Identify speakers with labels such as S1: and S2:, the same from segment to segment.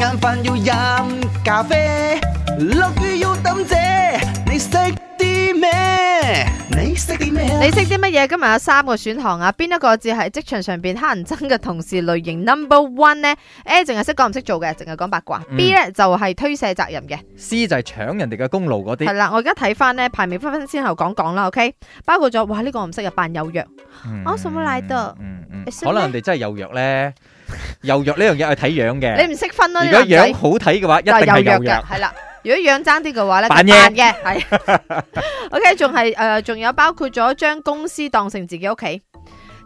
S1: 晏飯要飲咖啡，落雨要抌遮，你識啲咩？你識啲咩啊？
S2: 你識啲乜嘢？今日有三個選項啊，邊一個至係職場上邊黑人憎嘅同事 類型 number one 呢 a 淨係識講唔識做嘅，淨係講八卦。
S3: 嗯
S2: B 呢就係推卸責任嘅，
S3: C 就係搶人哋嘅功勞嗰
S2: 係
S3: 啲，
S2: 啦。我而家睇翻呢排名分分先後講講啦，OK？包括咗哇呢個我唔識嘅扮有約，哦
S3: 嗯
S2: 我什麼嚟的
S3: 嗯嗯
S2: 你識咩
S3: 可能人哋真係有藥咧，有藥呢樣嘢係睇樣嘅。
S2: 你唔識分咯呢
S3: 如果
S2: 個
S3: 樣
S2: 仔。
S3: 好睇嘅話，一
S2: 就
S3: 定係
S2: 係有
S3: 有
S2: 嘅，
S3: 藥。
S2: 係啦。如果樣爭啲嘅話咧，
S3: 扮
S2: 扮
S3: 嘢
S2: 嘅係。OK，仲 係誒，呃仲、有包括咗將公司當成自己屋企。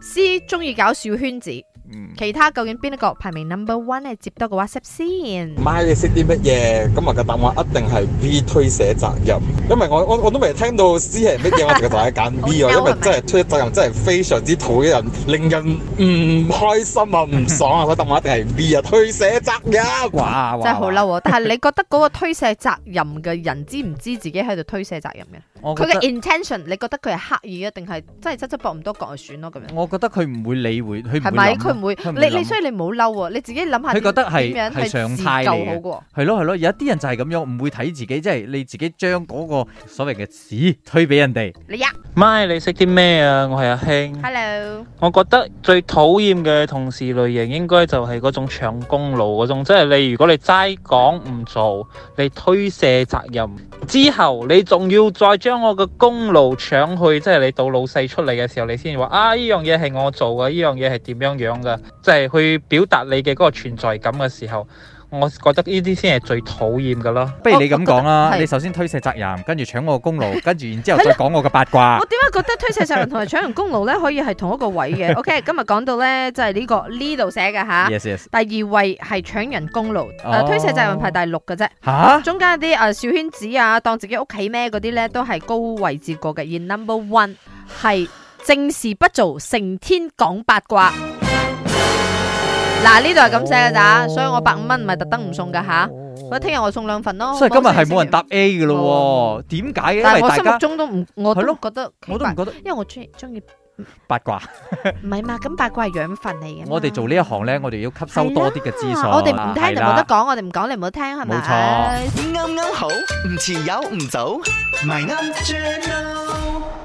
S2: C 中意搞小圈子，
S3: 嗯
S2: 其他究竟邊一個排名 number one 咧？接多個 WhatsApp 先。
S4: 咪你識啲乜嘢？今日嘅答案一定係 B 推卸責任，因為我我我都未聽到 C 係乜嘢，我直係揀 B
S2: 好
S4: 啊，
S2: 嬲
S4: 因為
S2: 係咪
S4: 真係推卸責任真係非常之討人，令人唔開心啊，唔爽啊，所以答案一定係 B 啊，推卸責任。
S3: 哇哇！
S2: 真係好
S3: 哇！
S2: 嬲喎！但係你覺得嗰個推卸責任嘅人知唔知自己喺度推卸責任嘅？
S3: 我
S2: 佢
S3: 覺
S2: 嘅
S3: 得
S2: intention，你覺得佢係刻意啊，定係真係側側膊唔多講就選咯咁樣？
S3: 我覺得佢唔會理會，佢唔會
S2: 係咪？
S3: 諗啊
S2: 佢唔會，
S3: 佢唔會
S2: 你你
S3: 諗
S2: 所以你唔好嬲喎，你自己諗下
S3: 佢覺得係
S2: 點樣
S3: 係
S2: 去
S3: 常
S2: 自
S3: 態嚟
S2: 救
S3: 嘅
S2: 好過。
S3: 係咯係咯，有一啲人就係咁樣，唔會睇自己，即係你自己將嗰個所謂嘅屎推俾人哋。
S2: 你呀
S5: 咪你識啲咩啊？我係阿
S3: 嗯
S5: 興，
S2: ，hello，
S5: 我覺得最討厭嘅同事類型應該就係嗰種搶功勞嗰種，即係你如果你齋講唔做，你推卸責任之後，你仲要再將我嘅功勞搶去，即係你到老細出嚟嘅時候，你先話啊呢樣嘢係我做嘅，呢樣嘢係點樣樣嘅，即係去表達你嘅嗰個存在感嘅時候，我覺得呢啲先係最討厭嘅咯。
S3: 不如你咁講
S2: 我覺
S3: 啦，
S2: 得係
S3: 你首先推卸責任，跟住搶我個功勞，跟住然之後再講我嘅八卦
S2: 我。點解覺得推卸責任同埋搶人功勞咧可以係同一個位 嘅？OK，今日講到咧就係呢個呢度寫嘅吓。
S3: Yes yes，
S2: 第二位係搶人功勞，誒、
S3: 哦
S2: 推卸責任排第六嘅啫，
S3: 吓
S2: 中間啲誒小圈子啊，當自己屋企咩嗰啲咧，都係高位置過嘅。而 number one 係正事不做，成天講八卦。嗱呢度係咁寫嘅咋，所以我百五蚊唔係特登唔送㗎吓，我聽日我送兩份咯。
S3: 所以今日
S2: 好唔好
S3: 係冇人答 A 嘅咯喎，點解嘅？因
S2: 哦但
S3: 為
S2: 係我
S3: 大
S2: 心目
S3: 家
S2: 中啊都唔，我
S3: 係
S2: 都
S3: 咯
S2: 覺得奇
S3: 我都
S2: 怪
S3: 唔，覺得
S2: 因為我中意中意
S3: 八卦。
S2: 唔係嘛，咁八卦係養分嚟嘅嘛。
S3: 我哋做呢一行咧，我哋要吸收多啲嘅資
S2: 啊
S3: 訊。
S2: 我哋唔聽
S3: 係
S2: 就
S3: 啦
S2: 冇得講，我哋唔講你唔好聽係咪？
S3: 冇錯
S1: 啱啱好，唔遲有唔早，咪啱 channel。